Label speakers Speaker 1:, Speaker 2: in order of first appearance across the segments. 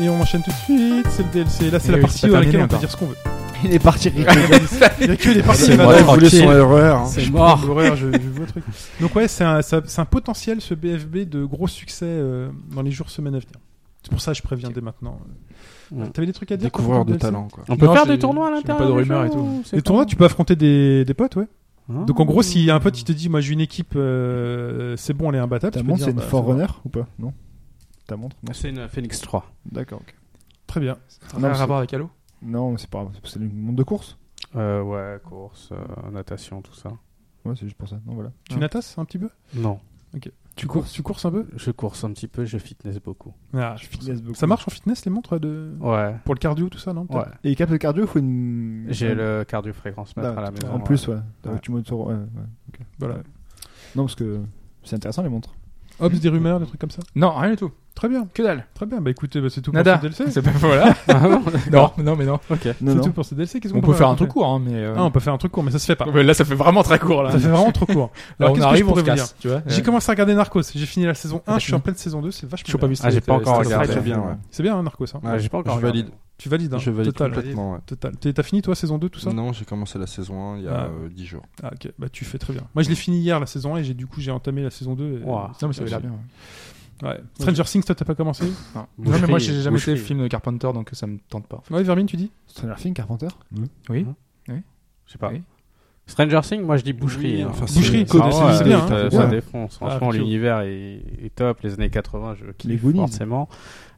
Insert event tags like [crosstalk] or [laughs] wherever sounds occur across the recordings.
Speaker 1: Et on enchaîne tout de suite, c'est le DLC. Là, c'est
Speaker 2: Et
Speaker 1: la
Speaker 2: Eh oui,
Speaker 1: partie
Speaker 2: c'est pas
Speaker 1: dans laquelle
Speaker 2: terminé
Speaker 1: on peut
Speaker 2: encore.
Speaker 1: dire ce
Speaker 2: [laughs]
Speaker 1: qu'on veut.
Speaker 3: [laughs] Il est parti rire.
Speaker 1: Il n'y a que les parties
Speaker 4: C'est
Speaker 1: maintenant.
Speaker 4: moi,
Speaker 1: Je voulais
Speaker 4: tranquille.
Speaker 1: son- hein.
Speaker 3: erreur.
Speaker 1: Je
Speaker 2: C'est
Speaker 1: suis
Speaker 2: mort.
Speaker 1: dans l'horreur, je- je vois le truc. Donc ouais, c'est un, ça- c'est un potentiel ce BFB de gros succès euh, dans les jours, semaines à venir. C'est pour ça que je préviens dès maintenant.
Speaker 2: Ouais.
Speaker 1: T'avais des trucs à dire
Speaker 4: Découvreur
Speaker 1: contre le
Speaker 4: de
Speaker 1: DLC?
Speaker 4: talent, quoi.
Speaker 2: On peut
Speaker 5: Non,
Speaker 2: faire
Speaker 5: j'ai-
Speaker 2: des tournois à
Speaker 5: j'ai
Speaker 2: l'intérieur.
Speaker 5: pas de
Speaker 2: du
Speaker 5: rumeurs
Speaker 2: jeu
Speaker 5: et tout.
Speaker 2: ou c'est
Speaker 1: Les
Speaker 2: pas-
Speaker 1: tournois, tu peux affronter des, des potes, ouais.
Speaker 2: Ah.
Speaker 1: Donc en gros, si un pote il te dit, moi j'ai une équipe, euh, c'est bon, elle est imbattable.
Speaker 3: Ta
Speaker 1: tu peux
Speaker 3: montre,
Speaker 1: dire,
Speaker 3: c'est une
Speaker 1: bah,
Speaker 3: Forerunner ou pas Non. Ta montre Non.
Speaker 2: C'est une Phoenix 3.
Speaker 3: D'accord, ok.
Speaker 1: Très bien.
Speaker 3: Non,
Speaker 5: un
Speaker 3: c'est-
Speaker 5: rapport avec Halo
Speaker 3: Non, mais c'est pas grave. C'est une montre de course
Speaker 2: Euh, ouais, course, euh, natation, tout ça.
Speaker 3: Ouais, c'est juste pour ça. Non, voilà.
Speaker 1: Tu
Speaker 2: Ah.
Speaker 1: natasses un petit peu
Speaker 2: Non,
Speaker 1: Tu cours, tu courses un peu
Speaker 2: je course un petit peu, je fitness beaucoup.
Speaker 1: Ah,
Speaker 3: Je fitness beaucoup.
Speaker 1: Ça marche en fitness les montres de
Speaker 2: Ouais,
Speaker 1: pour le cardio tout ça non
Speaker 2: ouais.
Speaker 1: peut-être
Speaker 3: Et cap de cardio, il faut une.
Speaker 2: J'ai
Speaker 3: une-
Speaker 2: le cardio fréquence
Speaker 3: Là,
Speaker 2: mètre à la maison.
Speaker 3: Bah, En
Speaker 2: ouais.
Speaker 3: plus, ouais. Faut
Speaker 2: Ouais.
Speaker 3: que Tu montres- ouais, ouais.
Speaker 1: Voilà.
Speaker 3: Non, parce que c'est intéressant les montres.
Speaker 1: Hobbs, des rumeurs, des trucs comme ça.
Speaker 5: Non, rien du tout.
Speaker 1: Très bien,
Speaker 5: Que dalle.
Speaker 1: très bien. Bah écoutez, bah, c'est tout
Speaker 5: Nada.
Speaker 1: pour ce DLC.
Speaker 5: C'est pas voilà.
Speaker 2: Ah bon
Speaker 5: non, non, mais non.
Speaker 2: Ok.
Speaker 3: Non,
Speaker 1: C'est
Speaker 3: non.
Speaker 1: tout pour ce DLC. Qu'est-ce qu'on
Speaker 5: On peut faire un
Speaker 1: bah, après
Speaker 5: truc court, hein, mais. euh,
Speaker 1: Ah, on peut faire un truc court, mais ça se fait pas.
Speaker 5: mais Là, ça fait vraiment très court là.
Speaker 1: Ça fait vraiment trop
Speaker 5: [laughs]
Speaker 1: court.
Speaker 5: Là,
Speaker 1: Alors, qu'est-ce
Speaker 5: on
Speaker 1: que je
Speaker 5: arrive, on
Speaker 1: pourrais
Speaker 5: se
Speaker 1: vous
Speaker 5: casse. Tu vois.
Speaker 1: J'ai
Speaker 5: Euh,
Speaker 1: commencé à regarder Narcos. J'ai fini la saison 1,
Speaker 5: Ah,
Speaker 1: je suis en
Speaker 5: fini.
Speaker 1: pleine saison 2, c'est
Speaker 5: Je
Speaker 1: vachement
Speaker 5: suis pas
Speaker 1: bien.
Speaker 5: vu.
Speaker 2: Ah, j'ai pas encore regardé.
Speaker 4: Très bien, ouais.
Speaker 1: C'est bien hein, Narcos. hein.
Speaker 2: Ouais, j'ai pas encore
Speaker 4: Je
Speaker 2: regardé.
Speaker 4: valide.
Speaker 1: Tu valides, hein,
Speaker 4: Je valide
Speaker 1: total.
Speaker 4: complètement, ouais.
Speaker 1: Total. T'es- T'as fini toi saison 2 tout ça
Speaker 4: Non, j'ai commencé la saison 1 il y
Speaker 1: Ah.
Speaker 4: a euh, 10 jours.
Speaker 1: Ah ok, bah tu fais très bien. Moi je l'ai fini hier la saison 1 et j'ai du coup j'ai entamé la saison 2. et-
Speaker 2: Ouah.
Speaker 5: Non, mais ça avait l'air bien. ouais.
Speaker 1: Ouais. Stranger Things toi t'as pas
Speaker 5: [laughs]
Speaker 1: commencé
Speaker 5: Non,
Speaker 2: Boucherie,
Speaker 5: mais moi, j'ai jamais
Speaker 2: boucherie.
Speaker 5: été film de Carpenter, donc ça me tente pas.
Speaker 1: Ouais Vermine tu dis
Speaker 3: Stranger Things, Carpenter
Speaker 5: Oui.
Speaker 2: Je sais pas.
Speaker 5: Oui.
Speaker 2: Stranger Things, moi je dis boucherie.
Speaker 4: Oui,
Speaker 2: hein.
Speaker 4: enfin,
Speaker 1: Boucherie,
Speaker 4: c'est-
Speaker 1: Claude,
Speaker 2: Ah
Speaker 1: c'est-
Speaker 2: ouais,
Speaker 1: c'est bien,
Speaker 2: Ça,
Speaker 1: hein.
Speaker 2: ça
Speaker 3: Ouais.
Speaker 2: défonce. Franchement,
Speaker 1: Ah, Claude.
Speaker 2: l'univers est, est top. Les années 80, je kiffe
Speaker 3: Les Goonies.
Speaker 2: forcément.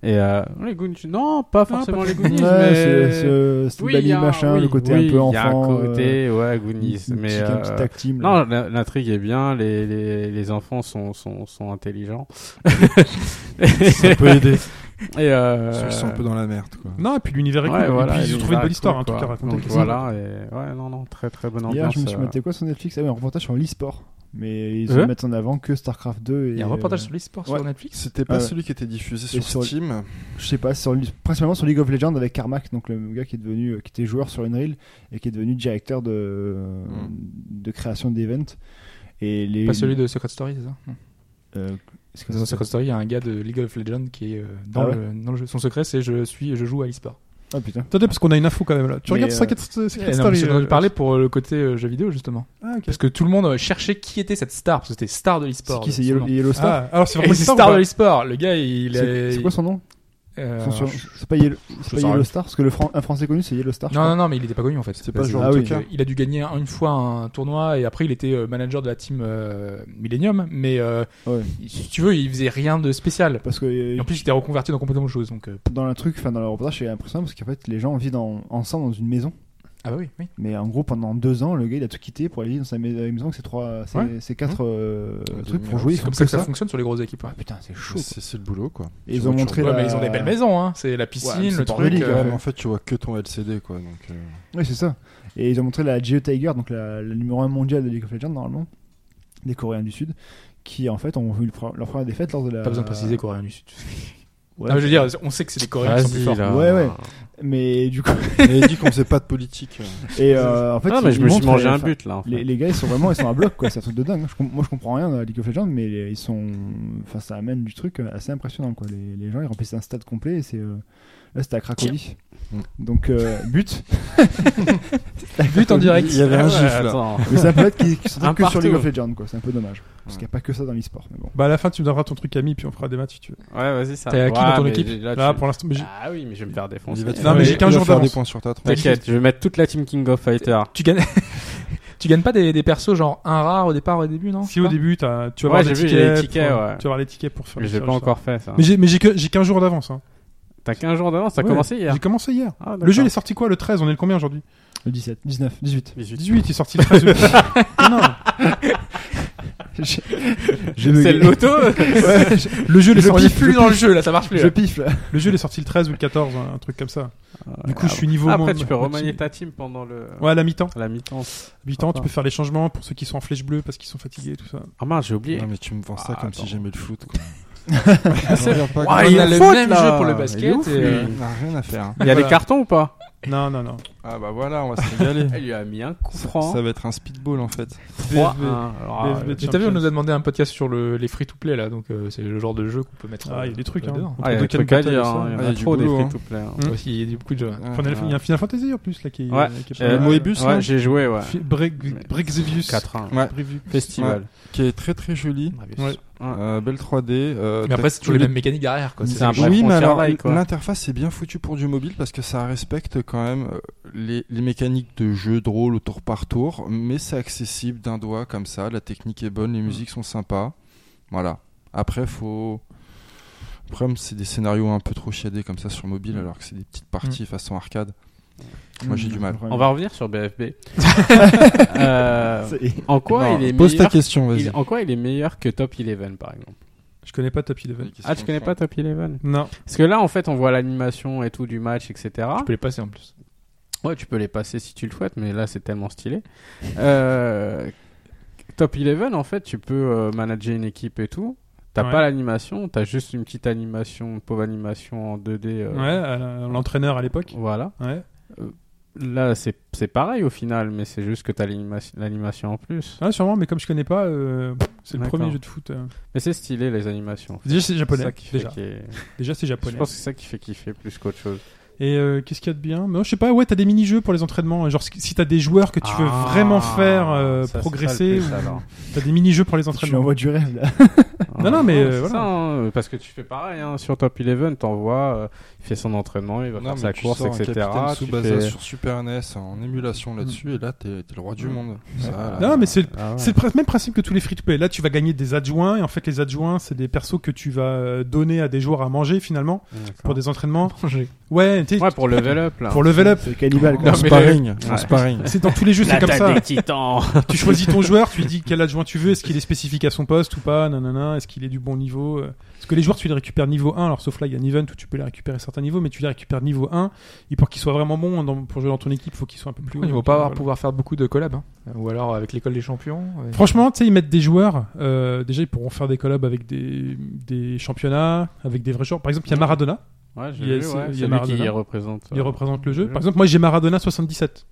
Speaker 2: Et euh, les Goonies, non, pas forcément
Speaker 1: pas-
Speaker 2: les Goonies,
Speaker 3: Ouais,
Speaker 2: mais
Speaker 3: c'est- c'est euh, Steve
Speaker 2: Oui,
Speaker 3: Bally,
Speaker 2: y a un-
Speaker 3: machin,
Speaker 2: oui,
Speaker 3: le côté
Speaker 2: oui,
Speaker 3: un peu
Speaker 2: Il y a un
Speaker 3: enfant. euh,
Speaker 2: côté, ouais, Goonies.
Speaker 3: mais
Speaker 2: Mais
Speaker 3: petit, un petit
Speaker 2: euh,
Speaker 3: tag team, là.
Speaker 2: non, la- l'intrigue est bien. Les, les, les enfants sont, sont, sont intelligents.
Speaker 4: Ça
Speaker 2: [laughs]
Speaker 4: peut aider.
Speaker 2: Et euh,
Speaker 4: Ils sont un peu dans la merde, quoi.
Speaker 1: Non, et puis l'univers est
Speaker 2: ouais,
Speaker 1: cool.
Speaker 2: voilà,
Speaker 1: et puis ils ont trouvé une
Speaker 2: l'univers
Speaker 1: belle
Speaker 2: est
Speaker 1: histoire,
Speaker 2: cool,
Speaker 1: un truc
Speaker 2: quoi.
Speaker 1: à raconter.
Speaker 2: Donc
Speaker 1: qui est sympa.
Speaker 2: voilà, et ouais, non, non, très très bonne ambiance.
Speaker 3: Hier, je me suis
Speaker 2: euh.
Speaker 3: maté quoi sur Netflix Ah oui, un reportage sur l'e-sport. Mais ils
Speaker 2: Euh
Speaker 3: mettent en avant que StarCraft 2 et.
Speaker 5: Il y a un reportage sur
Speaker 3: euh,
Speaker 5: l'e-sport
Speaker 3: ouais.
Speaker 5: sur Netflix.
Speaker 4: C'était pas
Speaker 3: Ah ouais.
Speaker 4: celui qui était diffusé
Speaker 3: Et
Speaker 4: sur,
Speaker 3: sur-
Speaker 4: Steam.
Speaker 3: Je sais pas, sur, l'e- principalement sur League of Legends avec Carmack, donc le gars qui est devenu, euh, qui était joueur sur Unreal et qui est devenu directeur de, euh,
Speaker 5: Hmm.
Speaker 4: Mm.
Speaker 3: de création d'events. Et les.
Speaker 5: Pas celui de Secret Story, c'est ça Non.
Speaker 3: euh, est-ce que
Speaker 5: Dans
Speaker 3: c'est-
Speaker 5: Secret Story, il y a un gars de League of Legends qui est euh, dans,
Speaker 3: Ah ouais
Speaker 5: le, dans le jeu. Son secret, c'est je suis, je joue à l'e-sport.
Speaker 3: Ah putain.
Speaker 1: Attendez, parce qu'on a une info quand même là. Tu
Speaker 3: Mais,
Speaker 1: regardes Secret
Speaker 3: euh,
Speaker 5: Eh,
Speaker 1: Secret
Speaker 5: non, mais
Speaker 1: Story.
Speaker 5: c'est dont
Speaker 1: euh,
Speaker 5: je parlais pour le côté euh, jeu vidéo justement.
Speaker 1: Ah, ok.
Speaker 5: Parce que tout le monde euh, cherchait qui était cette star, parce que c'était star de
Speaker 3: C'est
Speaker 5: l'e-sport.
Speaker 3: qui C'est
Speaker 5: son
Speaker 3: Yellow,
Speaker 5: nom.
Speaker 3: Yellow Star
Speaker 1: Ah, alors c'est
Speaker 5: Et
Speaker 1: vraiment
Speaker 5: c'est
Speaker 1: une
Speaker 5: star de
Speaker 1: star ou
Speaker 5: l'e-sport. Le gars, il
Speaker 3: C'est
Speaker 5: est.
Speaker 3: c'est quoi son nom
Speaker 5: Euh,
Speaker 3: Son- son- C'est pas Yellow, c'est
Speaker 5: je
Speaker 3: pas
Speaker 5: saurais
Speaker 3: Yellow
Speaker 5: même.
Speaker 3: Star Parce que le Fran- un français connu, c'est Yellow Star. je
Speaker 5: Non,
Speaker 3: crois.
Speaker 5: non, non, mais il était pas connu en fait.
Speaker 4: C'est pas ce genre
Speaker 3: Ah
Speaker 4: de
Speaker 3: oui.
Speaker 4: cas.
Speaker 5: Euh, Il a dû gagner un- une fois un tournoi et après il était euh, manager de la team euh, Millennium, mais euh,
Speaker 3: Ouais.
Speaker 5: il- si tu veux, il faisait rien de spécial.
Speaker 3: Parce que
Speaker 5: Et
Speaker 3: euh,
Speaker 5: en plus, il était reconverti dans complètement autre chose. Donc, euh,
Speaker 3: dans le truc, enfin dans le reportage, c'est impressionnant parce qu'en fait, les gens vivent dans- ensemble dans une maison.
Speaker 5: ah bah oui, oui.
Speaker 3: Mais en gros, pendant deux ans, le gars, il a tout quitté pour aller vivre dans sa mais- maison avec ses trois, ses,
Speaker 5: Ouais. Mmh. Ah,
Speaker 3: ses quatre euh,
Speaker 4: Ouais,
Speaker 3: trucs
Speaker 4: des
Speaker 3: pour jouer. ils
Speaker 5: C'est
Speaker 3: font
Speaker 5: comme ça que ça,
Speaker 3: ça.
Speaker 5: fonctionne sur les grosses équipes. ouais.
Speaker 3: Ah, putain, c'est chaud.
Speaker 4: C'est c'est le boulot, quoi.
Speaker 3: Et
Speaker 4: Tu
Speaker 3: ils
Speaker 4: vois,
Speaker 3: ont
Speaker 4: tu
Speaker 3: montré
Speaker 4: regardes-
Speaker 5: Ouais,
Speaker 3: la-
Speaker 5: mais ils ont des belles maisons, hein. C'est la
Speaker 3: Ouais, mais
Speaker 5: piscine,
Speaker 3: c'est
Speaker 5: le truc.
Speaker 3: bordélique,
Speaker 5: euh,
Speaker 4: Ouais, mais en fait, tu vois que ton LCD, quoi. Donc, euh,
Speaker 3: Oui, c'est ça. Et ils ont montré la Geo Tiger, donc la, la numéro 1 mondiale de League of Legends, normalement, des Coréens du Sud, qui en fait ont eu le pre- leur première défaite lors de la.
Speaker 5: Pas besoin de préciser Coréen du Sud.
Speaker 3: Euh, Ouais.
Speaker 5: Non, mais je veux dire, on sait que c'est les Coréens qui sont plus
Speaker 2: Vas-y,
Speaker 5: forts.
Speaker 2: là.
Speaker 3: Ouais, ouais. Mais du coup.
Speaker 4: Il dit qu'on faisait pas de politique.
Speaker 3: Et euh, en fait,
Speaker 2: Ah, mais
Speaker 3: ils
Speaker 2: je me suis
Speaker 3: montrent,
Speaker 2: mangé un
Speaker 3: enfin,
Speaker 2: but là. en fait.
Speaker 3: Les, les gars, ils sont vraiment ils sont à bloc, quoi. C'est un truc de dingue. Je com- moi, je comprends rien à League of Legends, mais les- ils sont. Enfin, ça amène du truc euh, assez impressionnant, quoi. Les, les gens, ils remplissent un stade complet et c'est. euh, Là, c'était à Cracovie.
Speaker 4: Tiens.
Speaker 3: Donc, euh, but.
Speaker 5: But en direct.
Speaker 4: Il y avait un
Speaker 2: Ah ouais,
Speaker 4: gif là.
Speaker 2: attends.
Speaker 3: Mais c'est un peu qui, qui sont
Speaker 2: Un
Speaker 3: que sur League
Speaker 2: partout.
Speaker 3: of Legends, quoi. C'est un peu dommage. Parce
Speaker 4: Ouais.
Speaker 3: qu'il n'y a pas que ça dans l'e-sport, mais bon.
Speaker 1: Bah à la fin tu me donneras ton truc Camille puis on fera des matchs si tu veux.
Speaker 2: Ouais, vas-y, ça.
Speaker 5: T'as
Speaker 2: Ouais,
Speaker 5: qui dans ton
Speaker 2: mais
Speaker 5: équipe
Speaker 2: là,
Speaker 1: Là
Speaker 2: tu-
Speaker 1: pour l'instant mais j'ai-
Speaker 2: Ah oui, mais je vais me faire défoncer.
Speaker 4: Il va te
Speaker 2: Euh,
Speaker 4: faire,
Speaker 1: mais
Speaker 4: mais
Speaker 1: j'ai quinze jours
Speaker 4: faire des
Speaker 1: d'avance.
Speaker 4: points sur ta tronche.
Speaker 2: T'inquiète, je vais mettre toute la team King of Fighter.
Speaker 5: Tu gagnes. [laughs] Tu gagnes pas des, des persos genre un rare au départ au début non
Speaker 1: si au
Speaker 5: Hein
Speaker 1: début t'as- tu vas
Speaker 2: Ah, Ouais,
Speaker 1: avoir des
Speaker 2: j'ai vu,
Speaker 1: tickets,
Speaker 2: j'ai les tickets,
Speaker 1: pour-
Speaker 2: ouais.
Speaker 1: tu vas avoir les tickets pour faire.
Speaker 2: Mais
Speaker 1: le
Speaker 2: j'ai
Speaker 1: tirage,
Speaker 2: pas
Speaker 1: ça.
Speaker 2: encore fait ça.
Speaker 1: Mais j'ai mais j'ai que j'ai 15 jours d'avance. hein.
Speaker 2: T'as 15 jours d'avance, t'as
Speaker 1: Ouais,
Speaker 2: commencé hier.
Speaker 1: J'ai commencé hier.
Speaker 2: Ah,
Speaker 1: Le jeu il est
Speaker 2: d'accord.
Speaker 1: sorti quoi le 13 On est le combien aujourd'hui
Speaker 3: Le 17, 19, [laughs] 18.
Speaker 1: 18 il est sorti le 13.
Speaker 2: [laughs]
Speaker 1: non.
Speaker 3: J'ai- j'ai bugué.
Speaker 5: C'est l'auto.
Speaker 3: Ouais, je,
Speaker 5: Le jeu,
Speaker 3: les
Speaker 5: je
Speaker 3: sorties-
Speaker 5: piffe plus dans le jeu là, ça marche plus.
Speaker 3: je piffe, là.
Speaker 1: Le jeu il est sorti le 13 ou le 14 un un truc comme ça. Du coup je suis niveau.
Speaker 2: Après,
Speaker 1: mon-
Speaker 2: tu peux
Speaker 1: mon-
Speaker 2: remanier ta team pendant le.
Speaker 1: Ouais à la mi-temps.
Speaker 2: à La mi-temps.
Speaker 1: mi-temps tu
Speaker 2: Sympa.
Speaker 1: peux faire les changements pour ceux qui sont en flèche bleue parce qu'ils sont fatigués tout ça.
Speaker 2: Ah mince, j'ai oublié.
Speaker 4: Non, mais tu me vends ça
Speaker 2: Ah,
Speaker 4: comme
Speaker 2: attends.
Speaker 4: si j'aimais le foot, quoi.
Speaker 2: c'est-
Speaker 4: Regarde pas
Speaker 5: Ah,
Speaker 4: comme-
Speaker 5: il a le
Speaker 2: faute,
Speaker 5: même
Speaker 2: là.
Speaker 5: jeu pour le
Speaker 2: Il est
Speaker 5: basket.
Speaker 2: ouf,
Speaker 5: et, euh,
Speaker 4: Il n'a rien à faire. hein.
Speaker 2: Il y a
Speaker 1: Voilà.
Speaker 2: des cartons ou pas
Speaker 1: Non non non.
Speaker 4: Ah bah voilà, on va se régaler.
Speaker 2: Elle lui a mis un coup
Speaker 4: ça,
Speaker 2: franc. Ah,
Speaker 4: ça va être un speedball en fait.
Speaker 2: 3
Speaker 1: BFB. BFB.
Speaker 5: Mais t'as vu, on nous a demandé un podcast sur le- les free-to-play là, donc euh, c'est le genre de jeu qu'on peut mettre. euh,
Speaker 1: Ah, il y a des trucs, hein.
Speaker 5: dedans.
Speaker 2: Ah, il y a des
Speaker 1: Entre
Speaker 2: trucs
Speaker 1: Ken
Speaker 2: à dire,
Speaker 1: Battle et ça.
Speaker 2: hein. il y
Speaker 4: Ah,
Speaker 2: en
Speaker 4: il
Speaker 2: a
Speaker 4: y a
Speaker 2: trop
Speaker 4: du
Speaker 2: des hein.
Speaker 4: boulot,
Speaker 2: free to play.
Speaker 1: Mm.
Speaker 5: Aussi, il y a des- beaucoup de jeux. hein.
Speaker 4: Ah,
Speaker 1: Final- Il y a un Final Fantasy en plus là qui est.
Speaker 2: Ouais.
Speaker 1: qui est
Speaker 2: Euh,
Speaker 1: pas mal.
Speaker 4: Moebius,
Speaker 2: Ouais,
Speaker 4: non
Speaker 2: j'ai joué, ouais.
Speaker 1: Fi- Breg- Brexevius.
Speaker 2: 4-1.
Speaker 4: hein. Ouais.
Speaker 1: Brevius.
Speaker 2: Festival.
Speaker 4: Qui est très très joli.
Speaker 1: Ouais.
Speaker 4: Euh, belle 3D. euh,
Speaker 5: Mais
Speaker 4: t'as
Speaker 5: après, c'est toujours
Speaker 4: tous
Speaker 5: les mêmes mécaniques derrière. quoi.
Speaker 2: C'est
Speaker 5: C'est
Speaker 2: un
Speaker 5: jeu.
Speaker 2: vrai
Speaker 4: oui, mais
Speaker 2: frontière
Speaker 4: alors
Speaker 2: like, quoi.
Speaker 4: l'interface est bien foutue pour du mobile parce que ça respecte quand même euh, les, les mécaniques de jeu de rôle au tour par tour, mais c'est accessible d'un doigt comme ça. La technique est
Speaker 2: Mm.
Speaker 4: bonne, les musiques sont sympas. Voilà. Après, faut. Le problème, c'est des scénarios un peu trop chiadés comme ça sur mobile,
Speaker 2: Mm.
Speaker 4: alors que c'est des petites parties façon arcade. Moi, j'ai du mal.
Speaker 2: On va revenir sur BFB. Euh,
Speaker 3: C'est-
Speaker 2: en quoi
Speaker 4: Non,
Speaker 2: il est
Speaker 4: pose ta
Speaker 2: meilleur
Speaker 4: question, vas-y.
Speaker 2: il- En quoi il est meilleur que Top Eleven par exemple
Speaker 1: Je connais pas Top Eleven.
Speaker 2: Ah, tu connais pas Top Eleven
Speaker 1: Non.
Speaker 2: Parce que là, en fait, on voit l'animation et tout du match, etc.
Speaker 5: Tu peux les passer en plus.
Speaker 2: Ouais, tu peux les passer si tu le souhaites, mais là, c'est tellement stylé. Euh, top 11, en fait, tu peux euh, manager une équipe et tout. T'as
Speaker 1: Ouais.
Speaker 2: pas l'animation, t'as juste une petite animation, une pauvre animation en 2D. euh,
Speaker 1: Ouais, euh, l'entraîneur à l'époque.
Speaker 2: Voilà.
Speaker 1: Ouais.
Speaker 2: Là, c'est c'est pareil au final, mais c'est juste que t'as l'animation- l'animation en plus.
Speaker 1: Ah, sûrement, mais comme je connais pas, euh, c'est le
Speaker 2: D'accord.
Speaker 1: premier jeu de foot. euh.
Speaker 2: Mais c'est stylé, les animations.
Speaker 1: Déjà, c'est
Speaker 2: C'est
Speaker 1: japonais.
Speaker 2: ça qui fait
Speaker 1: déjà,
Speaker 2: qu'il est-
Speaker 1: Déjà, c'est
Speaker 2: Je
Speaker 1: japonais.
Speaker 2: pense que c'est ça qui fait kiffer plus qu'autre chose.
Speaker 1: Et euh, qu'est-ce qu'il y a de bien Non, je sais pas, ouais, t'as des mini-jeux pour les entraînements. Genre, si si t'as des joueurs que tu veux
Speaker 2: Ah,
Speaker 1: vraiment faire euh,
Speaker 2: ça, c'est ça le
Speaker 1: progresser,
Speaker 2: plus,
Speaker 1: ou-
Speaker 2: alors.
Speaker 1: t'as des mini-jeux pour les
Speaker 3: Je suis en
Speaker 1: entraînements.
Speaker 3: voie du rêve là.
Speaker 1: Non, non, mais,
Speaker 2: Ouais,
Speaker 1: euh,
Speaker 2: Ah, c'est
Speaker 1: voilà.
Speaker 2: ça, hein, parce que tu fais pareil hein, sur Top 11, t'envoies, euh, il fait son entraînement, il va
Speaker 4: Non,
Speaker 2: faire
Speaker 4: mais
Speaker 2: sa
Speaker 4: tu
Speaker 2: course,
Speaker 4: sors un
Speaker 2: etc. Ah,
Speaker 4: Capitaine
Speaker 2: tu
Speaker 4: Tsubasa
Speaker 2: fais-
Speaker 4: sur Super NES en émulation là-dessus, et là, t'es t'es le roi du
Speaker 2: Mm.
Speaker 4: monde. Ça, là.
Speaker 1: Non, mais c'est le,
Speaker 2: Ah ouais.
Speaker 1: c'est le pr- même principe que tous les free-to-play. Là, tu vas gagner des adjoints, et en fait, les adjoints, c'est des persos que tu vas euh, donner à des joueurs à manger finalement pour des
Speaker 2: [laughs]
Speaker 1: entraînements. Ouais, tu sais,
Speaker 2: Ah. Ouais, pour level up là.
Speaker 1: pour level up.
Speaker 3: C'est cannibal
Speaker 4: En
Speaker 3: quoi.
Speaker 4: [laughs]
Speaker 5: Non, mais-
Speaker 2: [laughs]
Speaker 4: sparring, en
Speaker 2: Ouais.
Speaker 4: sparring.
Speaker 1: C'est dans tous les jeux, c'est comme ça.
Speaker 2: titans
Speaker 1: tu choisis ton joueur, tu lui dis quel adjoint tu veux, est-ce qu'il est spécifique à son poste ou pas, nanana, est-ce qu'il est du bon niveau. euh. Parce que les joueurs, tu les récupères niveau 1, alors sauf là, il y a un event où tu peux les récupérer à certains niveaux, mais tu les récupères niveau 1, et pour qu'ils soient vraiment bons dans- pour jouer dans ton équipe, faut qu'ils soient un peu plus
Speaker 5: Ils
Speaker 1: haut.
Speaker 5: vont pas avoir-
Speaker 1: Voilà.
Speaker 5: pouvoir faire beaucoup de collabs. hein. Ou alors avec l'école des champions. ouais.
Speaker 1: Franchement, tu sais, ils mettent des joueurs, euh, déjà ils pourront faire des collabs avec des, des championnats, avec des vrais joueurs. Par exemple, il y a Maradona,
Speaker 2: Ouais, j'ai
Speaker 1: Il y a-
Speaker 2: vu,
Speaker 1: c'est-
Speaker 2: ouais.
Speaker 1: il y a
Speaker 2: C'est lui qui
Speaker 1: Maradona.
Speaker 2: représente.
Speaker 1: il
Speaker 2: euh,
Speaker 1: représente le jeu. Par exemple, moi j'ai Maradona 77.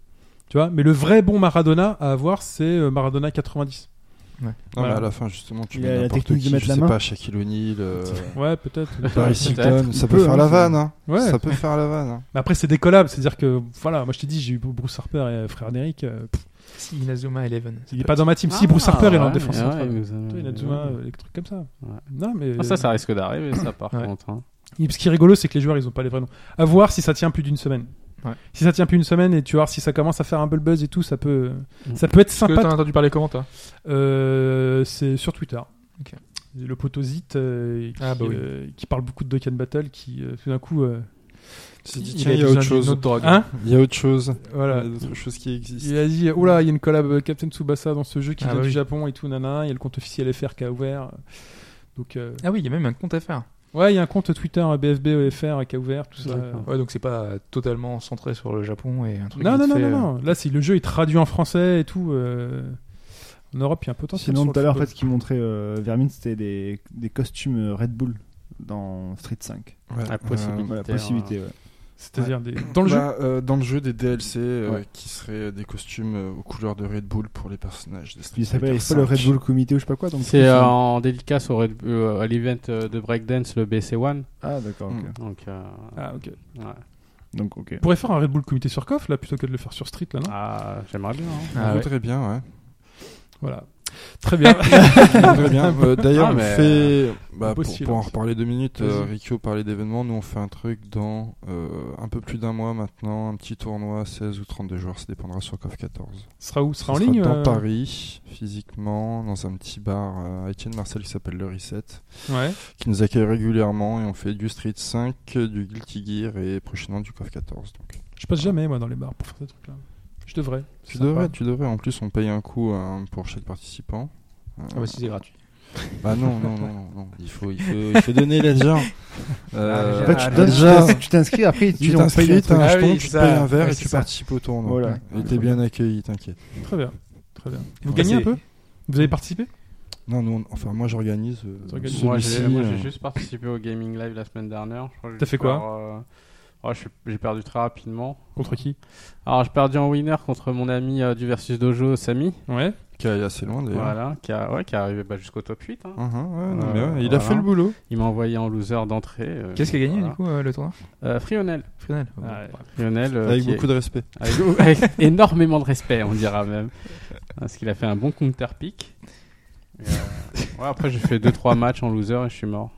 Speaker 1: Tu vois, mais le vrai bon Maradona à avoir, c'est euh, Maradona 90.
Speaker 4: Non, Ah, mais
Speaker 1: Voilà.
Speaker 4: à la fin, justement, tu
Speaker 3: Il
Speaker 4: mets
Speaker 3: a la
Speaker 4: n'importe
Speaker 3: technique
Speaker 4: qui,
Speaker 3: de mettre
Speaker 4: je
Speaker 3: la
Speaker 4: sais
Speaker 3: main.
Speaker 4: pas, Shaquille O'Neal, euh,
Speaker 1: Ouais, peut-être.
Speaker 4: Paris Hilton, ça peut
Speaker 3: peut,
Speaker 4: faire
Speaker 3: hein,
Speaker 4: la
Speaker 3: ça-
Speaker 4: vanne, hein.
Speaker 1: Ouais.
Speaker 4: Ça peut faire la vanne, hein.
Speaker 1: Mais après, c'est des collabs, c'est-à-dire que voilà, moi je t'ai dit, j'ai eu Bruce Harper et euh, frère Eric. euh, pff,
Speaker 5: Si, Inazuma Eleven.
Speaker 1: il est pas dans ma team.
Speaker 2: Ah,
Speaker 1: si Bruce Harper est en
Speaker 2: ouais,
Speaker 1: défense
Speaker 2: ouais,
Speaker 1: centrale.
Speaker 2: il nous a-
Speaker 1: Tu vois, Inazuma, euh, les trucs comme ça.
Speaker 2: Ouais.
Speaker 1: Non, mais.
Speaker 2: Ah, ça, ça risque d'arriver, ça par
Speaker 5: Ouais.
Speaker 2: contre. hein.
Speaker 1: Et Ce qui est rigolo, c'est que les joueurs, ils ont pas les vrais noms. À voir si ça tient plus d'une semaine.
Speaker 5: Ouais.
Speaker 1: Si ça tient plus d'une semaine et tu vois, si ça commence à faire un peu le buzz et tout, ça peut,
Speaker 2: Mm.
Speaker 1: ça peut être
Speaker 5: Est-ce que
Speaker 1: sympa.
Speaker 5: t'as entendu parler comment toi
Speaker 1: Euh, c'est sur Twitter.
Speaker 5: Ok.
Speaker 1: Le potosite euh, qui,
Speaker 5: Ah, bah oui.
Speaker 1: euh, qui parle beaucoup de Dokkan Battle, qui euh, tout d'un coup. euh,
Speaker 4: Tu t'es dit,
Speaker 5: Il
Speaker 4: tiens,
Speaker 5: a
Speaker 4: il y a
Speaker 5: besoin d'une
Speaker 4: autre chose.
Speaker 5: autre drogue.
Speaker 1: Hein
Speaker 4: Il y a autre chose. Il y
Speaker 1: Voilà.
Speaker 4: a d'autres choses qui existent.
Speaker 1: Il a dit oh là il y a une collab euh, Captain Tsubasa dans ce jeu qui
Speaker 5: Ah
Speaker 1: vient
Speaker 5: bah
Speaker 1: du
Speaker 5: oui.
Speaker 1: Japon et tout nana il y a le compte officiel FR qui a ouvert donc euh,
Speaker 5: Ah oui, il y a même un compte à faire.
Speaker 1: ouais il y a un compte Twitter euh, BFB euh, FR qui a ouvert tout ça
Speaker 2: D'accord.
Speaker 5: Ouais, donc c'est pas totalement centré sur le Japon et un truc.
Speaker 1: non
Speaker 5: vite
Speaker 1: non non,
Speaker 5: fait,
Speaker 1: non
Speaker 5: euh,
Speaker 1: non là c'est le jeu est traduit en français et tout euh, en Europe il y a un potentiel
Speaker 3: Sinon
Speaker 1: sur
Speaker 3: tout à
Speaker 1: le
Speaker 3: l'heure en
Speaker 1: football.
Speaker 3: fait ce qu'ils montraient euh, Vermin c'était des, des costumes euh, Red Bull dans Street 5.
Speaker 4: Ouais. Euh,
Speaker 2: La possibilité.
Speaker 3: Voilà, possibilité ouais.
Speaker 1: c'est-à-dire des dans le jeu
Speaker 4: Bah, euh, dans le jeu des DLC euh,
Speaker 3: Ouais.
Speaker 4: qui seraient des costumes euh, aux couleurs de Red Bull pour les personnages de Street
Speaker 3: Il s'appelle
Speaker 4: Fighter
Speaker 3: c'est pas le
Speaker 4: 5.
Speaker 3: Red Bull Comité ou je sais pas quoi donc
Speaker 2: C'est euh, en dédicace au Red- euh, à l'event euh, de breakdance, le BC1.
Speaker 3: Ah d'accord. ok.
Speaker 4: Hmm.
Speaker 2: Donc, euh,
Speaker 1: ah ok
Speaker 2: ouais.
Speaker 3: Donc OK.
Speaker 1: on pourrait faire un Red Bull comité sur Coff là plutôt que de le faire sur Street là non
Speaker 2: Ah, j'aimerais bien. hein.
Speaker 5: Ah
Speaker 4: Je
Speaker 5: ouais.
Speaker 4: voudrais bien, ouais.
Speaker 1: voilà très bien [laughs]
Speaker 4: [laughs] Je voudrais bien. Euh, D'ailleurs,
Speaker 2: Ah,
Speaker 4: on
Speaker 2: mais-
Speaker 4: fait. bah, pour,
Speaker 1: euh, Impossible.
Speaker 4: pour en reparler deux minutes, euh,
Speaker 1: Vas-y.
Speaker 4: Rikyo parlait d'événements. Nous, on fait un truc dans euh, un peu plus d'un mois maintenant. Un petit tournoi, 16 ou 32 joueurs, ça dépendra sur CoF 14.
Speaker 1: Ce sera où Ce
Speaker 4: Ce
Speaker 1: sera en ligne
Speaker 4: Dans
Speaker 1: euh,
Speaker 4: Paris, physiquement, dans un petit bar euh, à Étienne Marcel qui s'appelle Le Reset,
Speaker 1: ouais
Speaker 4: qui nous accueille régulièrement et on fait du Street 5, du Guilty Gear et prochainement du CoF 14. Donc,
Speaker 1: je passe jamais moi dans les bars pour faire ces trucs là je devrais
Speaker 4: tu
Speaker 1: C'est sympa.
Speaker 4: devrais, tu devrais. En plus, on paye un coup hein, pour chaque participant. Euh,
Speaker 5: Ah bah si c'est gratuit.
Speaker 4: bah non, non, non, non, non. Il faut, il faut, il faut donner les gens.
Speaker 5: Ah,
Speaker 3: En
Speaker 4: Euh,
Speaker 3: fait,
Speaker 5: Ah,
Speaker 3: tu donnes- tu
Speaker 4: déjà,
Speaker 3: t'ins- tu t'inscris après ils te
Speaker 4: tu
Speaker 3: disent, on paye
Speaker 4: t'inscris,
Speaker 3: un
Speaker 4: t'as
Speaker 3: truc.
Speaker 4: un
Speaker 5: Ah
Speaker 4: jeton,
Speaker 5: oui,
Speaker 4: tu
Speaker 5: c'est
Speaker 4: payes
Speaker 5: ça.
Speaker 4: un verre
Speaker 5: Ouais,
Speaker 4: et
Speaker 5: c'est
Speaker 4: tu
Speaker 5: ça.
Speaker 4: participes au tournoi.
Speaker 3: Voilà.
Speaker 4: Et t'es bien accueilli, t'inquiète.
Speaker 1: Très bien. Très bien. Vous
Speaker 4: Ouais.
Speaker 1: gagnez un
Speaker 5: Bah, C'est-
Speaker 1: peu Vous avez participé
Speaker 4: Non, nous, on- enfin, moi j'organise. euh,
Speaker 1: T'organises.
Speaker 2: Moi,
Speaker 4: celui-ci,
Speaker 2: j'ai moi,
Speaker 4: euh,
Speaker 2: j'ai juste participé au gaming live la semaine dernière. Je crois que
Speaker 1: T'as
Speaker 2: je
Speaker 1: fait
Speaker 2: vais
Speaker 1: quoi
Speaker 2: faire, euh, Oh, je suis- j'ai perdu très rapidement.
Speaker 1: Contre qui
Speaker 2: Alors, j'ai perdu en winner contre mon ami euh, du Versus Dojo, Samy.
Speaker 1: Ouais.
Speaker 4: Qui est assez loin d'ailleurs.
Speaker 2: Voilà, qui, a, ouais, qui est arrivé bah, jusqu'au top 8. hein.
Speaker 4: Mhm, ouais, non,
Speaker 2: Euh,
Speaker 4: mais ouais, Il
Speaker 2: voilà.
Speaker 4: a fait le boulot.
Speaker 2: Il m'a envoyé en loser d'entrée. euh,
Speaker 5: Qu'est-ce qui a gagné
Speaker 2: voilà.
Speaker 5: du coup euh, le tournoi
Speaker 2: Euh, Frionel.
Speaker 5: Frionel.
Speaker 2: Ouais, Frionel, euh,
Speaker 4: Avec
Speaker 2: qui est-
Speaker 4: beaucoup de respect.
Speaker 2: avec- [laughs] avec énormément de respect, on dira même. Parce qu'il a fait un bon counter pick. Et, euh, ouais, après, j'ai fait 2-3 matchs en loser et je suis mort.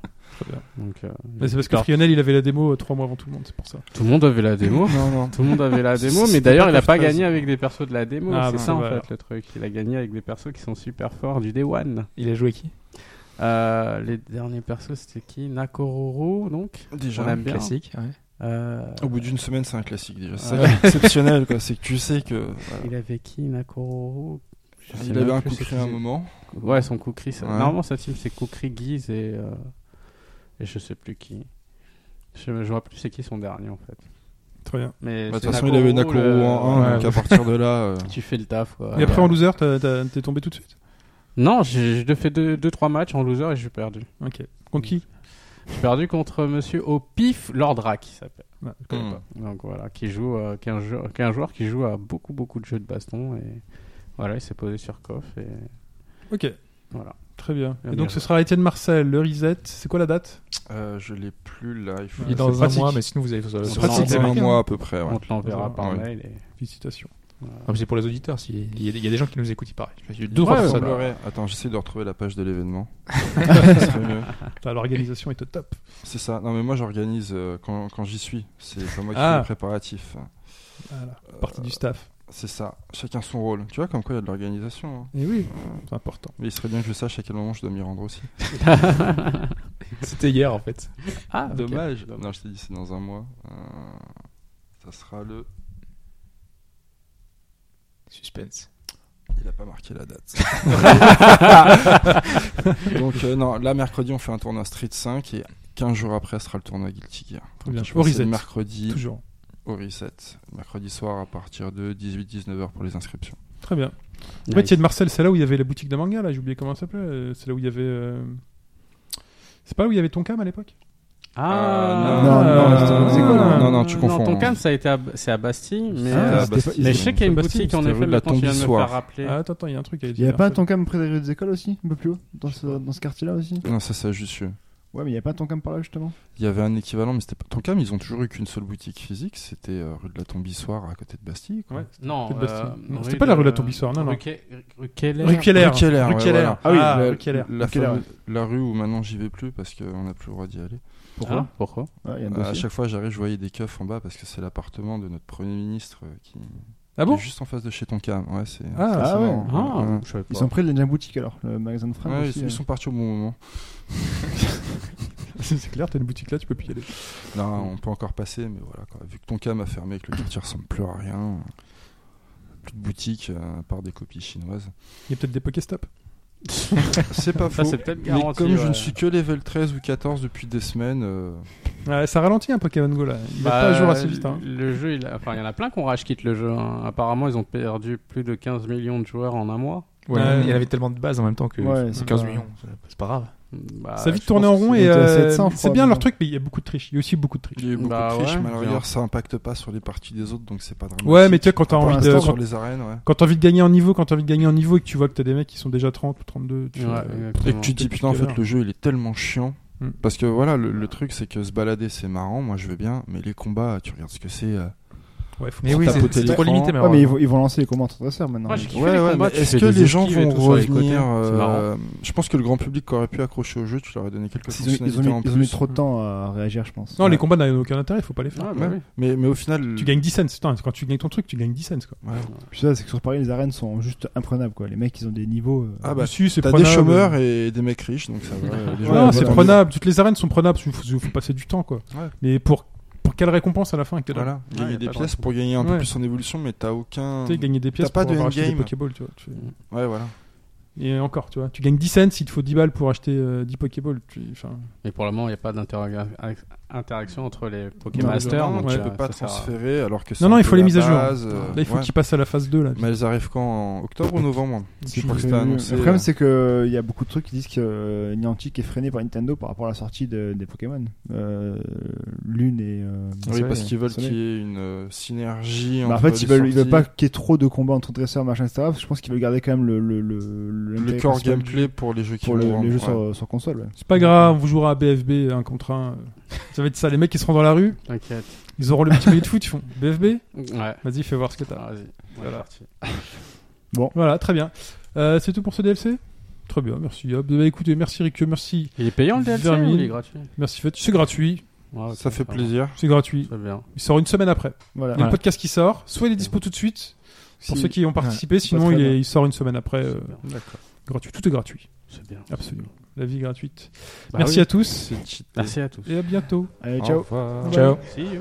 Speaker 1: bien.
Speaker 2: Donc, euh,
Speaker 1: Mais Bah, c'est parce que Frionel, il avait la démo euh, trois mois avant tout le monde, c'est pour ça.
Speaker 2: tout le monde avait la démo. [laughs]
Speaker 4: Non, non.
Speaker 2: Tout le
Speaker 1: [laughs]
Speaker 2: monde avait la démo, mais
Speaker 4: C'était
Speaker 2: d'ailleurs,
Speaker 4: pas
Speaker 2: il a pas
Speaker 4: Cartaz.
Speaker 2: gagné avec des persos de la démo.
Speaker 1: Ah,
Speaker 2: c'est
Speaker 1: bon,
Speaker 2: ça, en
Speaker 1: voilà.
Speaker 2: fait, le truc. Il a gagné avec des persos qui sont super forts du Day One.
Speaker 5: Il a joué qui
Speaker 2: Euh, les derniers persos, c'était qui Nakororo, donc
Speaker 4: Déjà.
Speaker 2: On aime bien.
Speaker 5: Classique. ouais.
Speaker 2: Euh,
Speaker 4: Au bout d'une semaine, c'est un classique déjà. C'est
Speaker 2: Ouais.
Speaker 4: ça qui est exceptionnel, quoi. C'est que tu sais que. voilà.
Speaker 2: Il avait qui Nakororo Je sais
Speaker 4: Il
Speaker 2: même
Speaker 4: avait un
Speaker 2: plus
Speaker 4: coup
Speaker 2: ce
Speaker 4: de cri
Speaker 2: qu'il
Speaker 4: à un
Speaker 2: faisait.
Speaker 4: moment.
Speaker 2: Ouais, son Koukri. ça-
Speaker 4: Ouais.
Speaker 2: Normalement, sa team, c'est Koukri, Guise et, euh, et je sais plus qui. Je me je vois plus c'est qui son dernier en fait.
Speaker 1: Très bien.
Speaker 2: Mais
Speaker 4: Bah, De
Speaker 2: c'est
Speaker 4: toute façon, il avait Nakuru
Speaker 2: le-
Speaker 4: en 1,
Speaker 2: ouais,
Speaker 4: donc à partir de
Speaker 2: [laughs]
Speaker 4: là. euh,
Speaker 2: Tu fais le taf quoi.
Speaker 1: Et
Speaker 4: Bah,
Speaker 1: après en loser, t'as- t'as- t'es tombé tout de suite
Speaker 2: Non, j'ai j'ai fait 2-3 deux, deux, trois matchs en loser et j'ai perdu.
Speaker 1: Ok. Contre qui
Speaker 2: J'ai perdu contre monsieur au pif Lordra qui s'appelle.
Speaker 1: Ouais, Bah, je connais
Speaker 4: hmm.
Speaker 1: pas.
Speaker 2: Donc voilà, qui joue, euh, qui est un joueur, qui est un joueur qui joue à beaucoup beaucoup de jeux de baston et voilà, il s'est posé sur Koff et
Speaker 1: Ok,
Speaker 2: voilà.
Speaker 1: très bien. Et
Speaker 2: Ah, bien
Speaker 1: donc ce
Speaker 2: joué.
Speaker 1: sera Étienne Marcel, le reset. C'est quoi la date
Speaker 4: Euh, je l'ai plus là. Il faut.
Speaker 5: Il est
Speaker 1: c'est
Speaker 5: dans un
Speaker 1: pratique.
Speaker 5: mois, mais sinon vous avez. euh,
Speaker 2: C'est
Speaker 4: C'est
Speaker 5: sur-
Speaker 2: pratique,
Speaker 4: dans un
Speaker 1: américain.
Speaker 4: mois à peu près. ouais.
Speaker 2: On te l'enverra par
Speaker 4: Ouais.
Speaker 2: mail. Et...
Speaker 1: Félicitations.
Speaker 5: Ah, mais c'est pour les auditeurs. s'il- Il y, a- il y a des gens qui nous écoutent, il paraît. Il y a eu deux,
Speaker 4: Il
Speaker 5: trois personnes.
Speaker 4: semblerait- Attends, j'essaie de retrouver la page de
Speaker 2: [laughs]
Speaker 4: l'événement. Ça serait mieux.
Speaker 1: Enfin, L'organisation est au top.
Speaker 4: C'est ça. Non, mais moi, j'organise euh, quand, quand j'y suis. C'est pas moi qui
Speaker 1: Ah.
Speaker 4: fais les préparatifs.
Speaker 1: Voilà. Partie du staff.
Speaker 4: C'est ça. Chacun son rôle. Tu vois, comme quoi il y a de l'organisation. hein.
Speaker 1: Et oui, c'est important.
Speaker 4: Mais il serait bien que je sache à quel moment je dois m'y rendre aussi.
Speaker 5: C'était hier en fait.
Speaker 2: Ah, ok.
Speaker 4: Dommage. Non, je t'ai dit, c'est dans un mois. Euh, ça sera le.
Speaker 5: Suspense.
Speaker 4: Il a pas marqué la
Speaker 1: [laughs]
Speaker 4: date. Donc, euh, non, là, mercredi, on fait un tournoi Street 5 et 15 jours après, sera le tournoi Guilty Gear.
Speaker 1: Très bien.
Speaker 4: Je
Speaker 1: Au
Speaker 4: pense que c'est
Speaker 1: reset.
Speaker 4: le mercredi
Speaker 1: Toujours.
Speaker 4: au reset. Mercredi soir à partir de 18-19h pour les inscriptions.
Speaker 1: Très bien.
Speaker 2: Nice.
Speaker 1: Ouais, Étienne Marcel, c'est là où il y avait la boutique de manga, là. J'ai oublié comment ça s'appelait. Euh, C'est là où il y avait. euh, C'est pas là où il y avait Tonkam à l'époque
Speaker 2: Ah,
Speaker 4: Ah, non,
Speaker 1: non, c'était- c'est quoi, là
Speaker 4: Non, non, tu confonds.
Speaker 2: Ton calme, ça a été à, c'est à Bastille, mais,
Speaker 4: Ah,
Speaker 2: euh,
Speaker 4: bah,
Speaker 3: c'était
Speaker 4: c'est-
Speaker 3: pas-
Speaker 2: mais
Speaker 3: ils-
Speaker 2: je sais qu'il y a une
Speaker 1: c'est
Speaker 2: boutique
Speaker 1: Bastille,
Speaker 2: en
Speaker 4: c'était
Speaker 2: effet.
Speaker 4: rue de la
Speaker 2: Maintenant, tu viens de me
Speaker 4: Tombissoire.
Speaker 2: faire rappeler.
Speaker 1: Ah, attends, attends, il y a un truc.
Speaker 3: Il n'y a pas un Tonkam près des rues des écoles aussi, un peu plus haut, dans ce, dans ce quartier-là aussi
Speaker 4: Non, ça, c'est à Jussieu.
Speaker 3: Ouais, mais il n'y a pas un Tonkam par là justement
Speaker 4: Il y avait un équivalent, mais c'était pas. Tonkam, ils ont toujours eu qu'une seule boutique physique. C'était euh, rue de la Tombissoire à côté de Bastille. quoi.
Speaker 1: Ouais.
Speaker 2: Non,
Speaker 1: Rue de Bastille.
Speaker 2: euh,
Speaker 1: Non,
Speaker 2: rue
Speaker 1: c'était pas la rue de la
Speaker 2: de-
Speaker 1: Tombissoire, non, non.
Speaker 2: Rue Ke- Rue Keller.
Speaker 1: Rue Keller.
Speaker 4: Rue Keller,
Speaker 1: Rue
Speaker 4: ouais,
Speaker 1: Keller.
Speaker 4: voilà.
Speaker 1: Ah oui,
Speaker 3: Ah,
Speaker 1: la-
Speaker 4: la,
Speaker 1: Rue Keller.
Speaker 4: Euh, la
Speaker 3: Rue Keller,
Speaker 4: fameuse- la rue où maintenant j'y vais plus parce qu'on n'a plus le droit d'y aller.
Speaker 2: Pourquoi Pourquoi
Speaker 3: Ouais, il y a un
Speaker 4: Euh, Hein à
Speaker 3: dossier.
Speaker 4: chaque fois, j'arrive, je voyais des keufs en bas parce que c'est l'appartement de notre premier ministre euh, qui
Speaker 1: Ah bon
Speaker 4: qui est juste en face de chez Tonkam. Ouais, c'est.
Speaker 1: Ah,
Speaker 4: c'est
Speaker 3: ah ouais.
Speaker 4: marrant.
Speaker 2: Ah,
Speaker 4: Ouais.
Speaker 2: je savais
Speaker 3: Ils
Speaker 2: pas.
Speaker 3: sont près de la boutique alors, le magasin de fringues.
Speaker 4: Ouais, ils,
Speaker 3: aussi, euh.
Speaker 4: sont- ils sont partis au bon moment.
Speaker 1: [laughs] C'est clair, t'as une boutique là, tu peux plus y aller.
Speaker 4: Non, on peut encore passer, mais voilà. Quoi. Vu que Tonkam a fermé et que le quartier ressemble plus à rien, euh, plus de boutique euh, à part des
Speaker 1: [laughs]
Speaker 4: copies chinoises.
Speaker 1: Il y a peut-être des Pokéstop.
Speaker 4: C'est pas
Speaker 2: Ça,
Speaker 4: faux.
Speaker 2: c'est peut-être
Speaker 4: Mais
Speaker 2: garanti.
Speaker 4: comme je ne
Speaker 2: ouais.
Speaker 4: suis que level 13 ou 14 depuis des semaines, euh,
Speaker 1: Ouais, ça ralentit un Pokémon Go là. Il va
Speaker 2: Bah,
Speaker 1: pas à jour assez vite. hein.
Speaker 2: Le jeu, il a- enfin, il y en a plein qu'on rage quitte le jeu. hein. Apparemment, ils ont perdu plus de 15 millions de joueurs en un mois.
Speaker 5: Ouais,
Speaker 1: Ouais.
Speaker 5: Il y avait tellement de bases en même temps que
Speaker 3: Ouais,
Speaker 5: c'est
Speaker 3: c'est
Speaker 5: 15
Speaker 3: pas-
Speaker 5: millions. c'est- C'est pas grave.
Speaker 2: Bah,
Speaker 1: ça a vite
Speaker 2: je
Speaker 1: tourné en
Speaker 2: pense-
Speaker 1: rond
Speaker 3: qu'ils
Speaker 1: et
Speaker 3: étaient à
Speaker 1: euh,
Speaker 3: 700, je
Speaker 1: c'est
Speaker 3: crois,
Speaker 1: bien leur
Speaker 3: maintenant.
Speaker 1: truc, mais il y a beaucoup de triche. Il y a aussi beaucoup de triche.
Speaker 4: il y a eu beaucoup
Speaker 2: Bah
Speaker 4: de triches,
Speaker 2: ouais.
Speaker 4: mais alors,
Speaker 2: Bien.
Speaker 4: regarde, ça impacte pas sur les parties des autres, donc c'est pas dramatique.
Speaker 1: Ouais, mais tu vois, quand t'as
Speaker 4: Pour
Speaker 1: envie de
Speaker 4: l'instant,
Speaker 1: quand,
Speaker 4: sur les arènes, ouais.
Speaker 1: quand t'as envie de gagner en niveau, quand t'as envie de gagner en niveau et que tu vois que t'as des mecs qui sont déjà 30 ou 32, tu
Speaker 2: Ouais,
Speaker 1: fais, euh,
Speaker 4: Et
Speaker 2: exactement.
Speaker 4: que tu te dis,
Speaker 1: Depuis
Speaker 4: putain, en
Speaker 1: tout à
Speaker 4: fait,
Speaker 1: l'heure.
Speaker 4: le jeu, il est tellement chiant.
Speaker 1: Mm.
Speaker 4: Parce que voilà, le, le truc, c'est que se balader, c'est marrant, moi je veux bien, mais les combats, tu regardes ce que c'est. euh,
Speaker 1: ouais, faut
Speaker 5: Mais
Speaker 1: prendre
Speaker 5: oui,
Speaker 1: ta
Speaker 5: c'est
Speaker 1: bouteille.
Speaker 5: c'est trop
Speaker 4: l'écran.
Speaker 5: limité, mais
Speaker 3: Ouais, mais ils vont, ils vont lancer les commentateurs maintenant.
Speaker 2: Moi, j'ai kiffé
Speaker 4: Ouais,
Speaker 2: les
Speaker 4: ouais,
Speaker 2: combats,
Speaker 4: mais
Speaker 2: tu
Speaker 4: est-ce
Speaker 2: fais
Speaker 4: que
Speaker 2: des
Speaker 4: les gens
Speaker 2: esquives et
Speaker 4: vont
Speaker 2: tout sur les côtés,
Speaker 4: revenir
Speaker 2: C'est marrant.
Speaker 4: euh, Je pense que le grand public qui aurait pu accrocher au jeu, tu leur aurais donné quelques
Speaker 3: Ils ont- ils ont,
Speaker 4: fonctionnalités
Speaker 3: mis,
Speaker 4: en
Speaker 3: ils ont
Speaker 4: plus.
Speaker 3: mis trop de temps à réagir, je pense.
Speaker 1: Non, les
Speaker 3: Ouais.
Speaker 1: combats n'ont aucun intérêt, faut pas les faire.
Speaker 2: Ah, bah
Speaker 4: Ouais.
Speaker 2: oui.
Speaker 4: mais, mais au final.
Speaker 1: Tu gagnes 10 cents, putain, quand tu gagnes ton truc, tu gagnes 10 cents quoi.
Speaker 4: Ouais.
Speaker 3: Puis ça, c'est que sur Paris, les arènes sont juste imprenables quoi. Les mecs, ils ont des niveaux. euh,
Speaker 4: Ah bah,
Speaker 1: Dessus, c'est
Speaker 4: T'as des
Speaker 1: prenable.
Speaker 4: chômeurs et des mecs riches,
Speaker 2: [laughs]
Speaker 4: donc ça va. euh, les
Speaker 1: Ouais,
Speaker 4: gens,
Speaker 1: non,
Speaker 4: ils
Speaker 1: c'est
Speaker 4: attendent.
Speaker 1: prenable, toutes les arènes sont prenables, il faut, faut passer du temps quoi.
Speaker 4: Ouais.
Speaker 1: Mais pour, pour quelle récompense à la fin que t'as là
Speaker 4: Voilà, gagner
Speaker 2: Ah, y a
Speaker 4: des
Speaker 2: pas de
Speaker 4: pièces pour gagner un peu
Speaker 1: Ouais.
Speaker 4: plus en évolution, mais t'as aucun.
Speaker 1: Tu sais, gagner des pièces
Speaker 4: pas
Speaker 1: pour
Speaker 4: de
Speaker 1: avoir acheté des
Speaker 4: endgame.
Speaker 1: Pokéballs, tu vois. tu-
Speaker 4: Ouais, voilà.
Speaker 1: Et encore, tu vois, tu gagnes 10 cents, il te faut 10 balles pour acheter euh, 10 Pokéballs. tu- enfin,
Speaker 2: Mais pour le moment, il n'y a pas d'interaction entre les
Speaker 4: Non,
Speaker 2: Pokémasters.
Speaker 4: non,
Speaker 2: donc
Speaker 4: tu
Speaker 2: euh,
Speaker 4: peux pas
Speaker 2: ça sert à-
Speaker 4: transférer alors que c'est
Speaker 1: Non, non,
Speaker 4: un
Speaker 1: il
Speaker 4: peu
Speaker 1: faut les
Speaker 4: la
Speaker 1: mises à jour.
Speaker 4: base, euh,
Speaker 1: Là, il faut
Speaker 4: ouais.
Speaker 1: qu'ils passent à la phase 2 là.
Speaker 4: Mais elles arrivent quand En
Speaker 3: [laughs]
Speaker 4: octobre ou novembre hein, Je crois que c'était annoncé. euh.
Speaker 3: Le problème, c'est que euh, il y a beaucoup de trucs qui disent que euh, Niantic est freiné par Nintendo par rapport à la sortie de- des Pokémon. Euh, Lune et euh,
Speaker 4: Oui,
Speaker 3: Sony,
Speaker 4: parce qu'ils veulent
Speaker 3: Sony.
Speaker 4: qu'il y ait une euh, synergie.
Speaker 3: Bah, en
Speaker 4: entre
Speaker 3: fait, ils
Speaker 4: les
Speaker 3: veulent, ils veulent
Speaker 4: sorties,
Speaker 3: pas qu'il y ait trop de combats entre dresseurs, machin, etc. Parce que je pense qu'ils veulent garder quand même le, le, le,
Speaker 4: le
Speaker 3: l'intérêt
Speaker 4: core
Speaker 3: principal du-
Speaker 4: gameplay pour les jeux qui
Speaker 3: pour le-
Speaker 4: vont vendre,
Speaker 3: les jeux
Speaker 4: ouais.
Speaker 3: sur, sur console. ouais.
Speaker 1: C'est pas grave, on vous jouera à BFB un contre un. euh. Ça va être ça, les mecs qui seront dans la rue,
Speaker 2: T'inquiète.
Speaker 1: ils auront le petit billet de foot, ils font BFB
Speaker 2: Ouais.
Speaker 1: Vas-y, fais voir ce que t'as.
Speaker 2: Ah, Vas-y. on est
Speaker 1: Voilà.
Speaker 2: parti.
Speaker 1: Voilà, très bien. Euh, c'est tout pour ce DLC Très bien, merci Yob. Bah, écoutez, merci Rick, merci,
Speaker 2: Il est payant le DLC ou
Speaker 1: Vermine.
Speaker 2: il est gratuit
Speaker 1: merci Fetch. C'est gratuit,
Speaker 2: Ouais, ok,
Speaker 4: Ça fait
Speaker 2: va.
Speaker 4: plaisir.
Speaker 1: c'est gratuit.
Speaker 2: Très bien.
Speaker 1: Il sort une semaine après.
Speaker 3: Voilà.
Speaker 1: Il y a le podcast qui sort, soit il est dispo tout de suite pour
Speaker 3: Si-
Speaker 1: ceux qui y ont participé, sinon
Speaker 3: très
Speaker 1: il, est-
Speaker 3: bien.
Speaker 1: il sort une semaine après. euh,
Speaker 2: Super.
Speaker 4: D'accord.
Speaker 1: gratuit, tout est gratuit,
Speaker 2: C'est bien.
Speaker 1: absolument. La vie est gratuite.
Speaker 2: Bah
Speaker 1: merci
Speaker 2: oui.
Speaker 1: à tous
Speaker 4: C'est cheaté.
Speaker 2: Merci à tous.
Speaker 1: et à bientôt.
Speaker 3: Allez,
Speaker 4: Au
Speaker 3: ciao.
Speaker 4: revoir.
Speaker 5: Ciao.
Speaker 2: See you.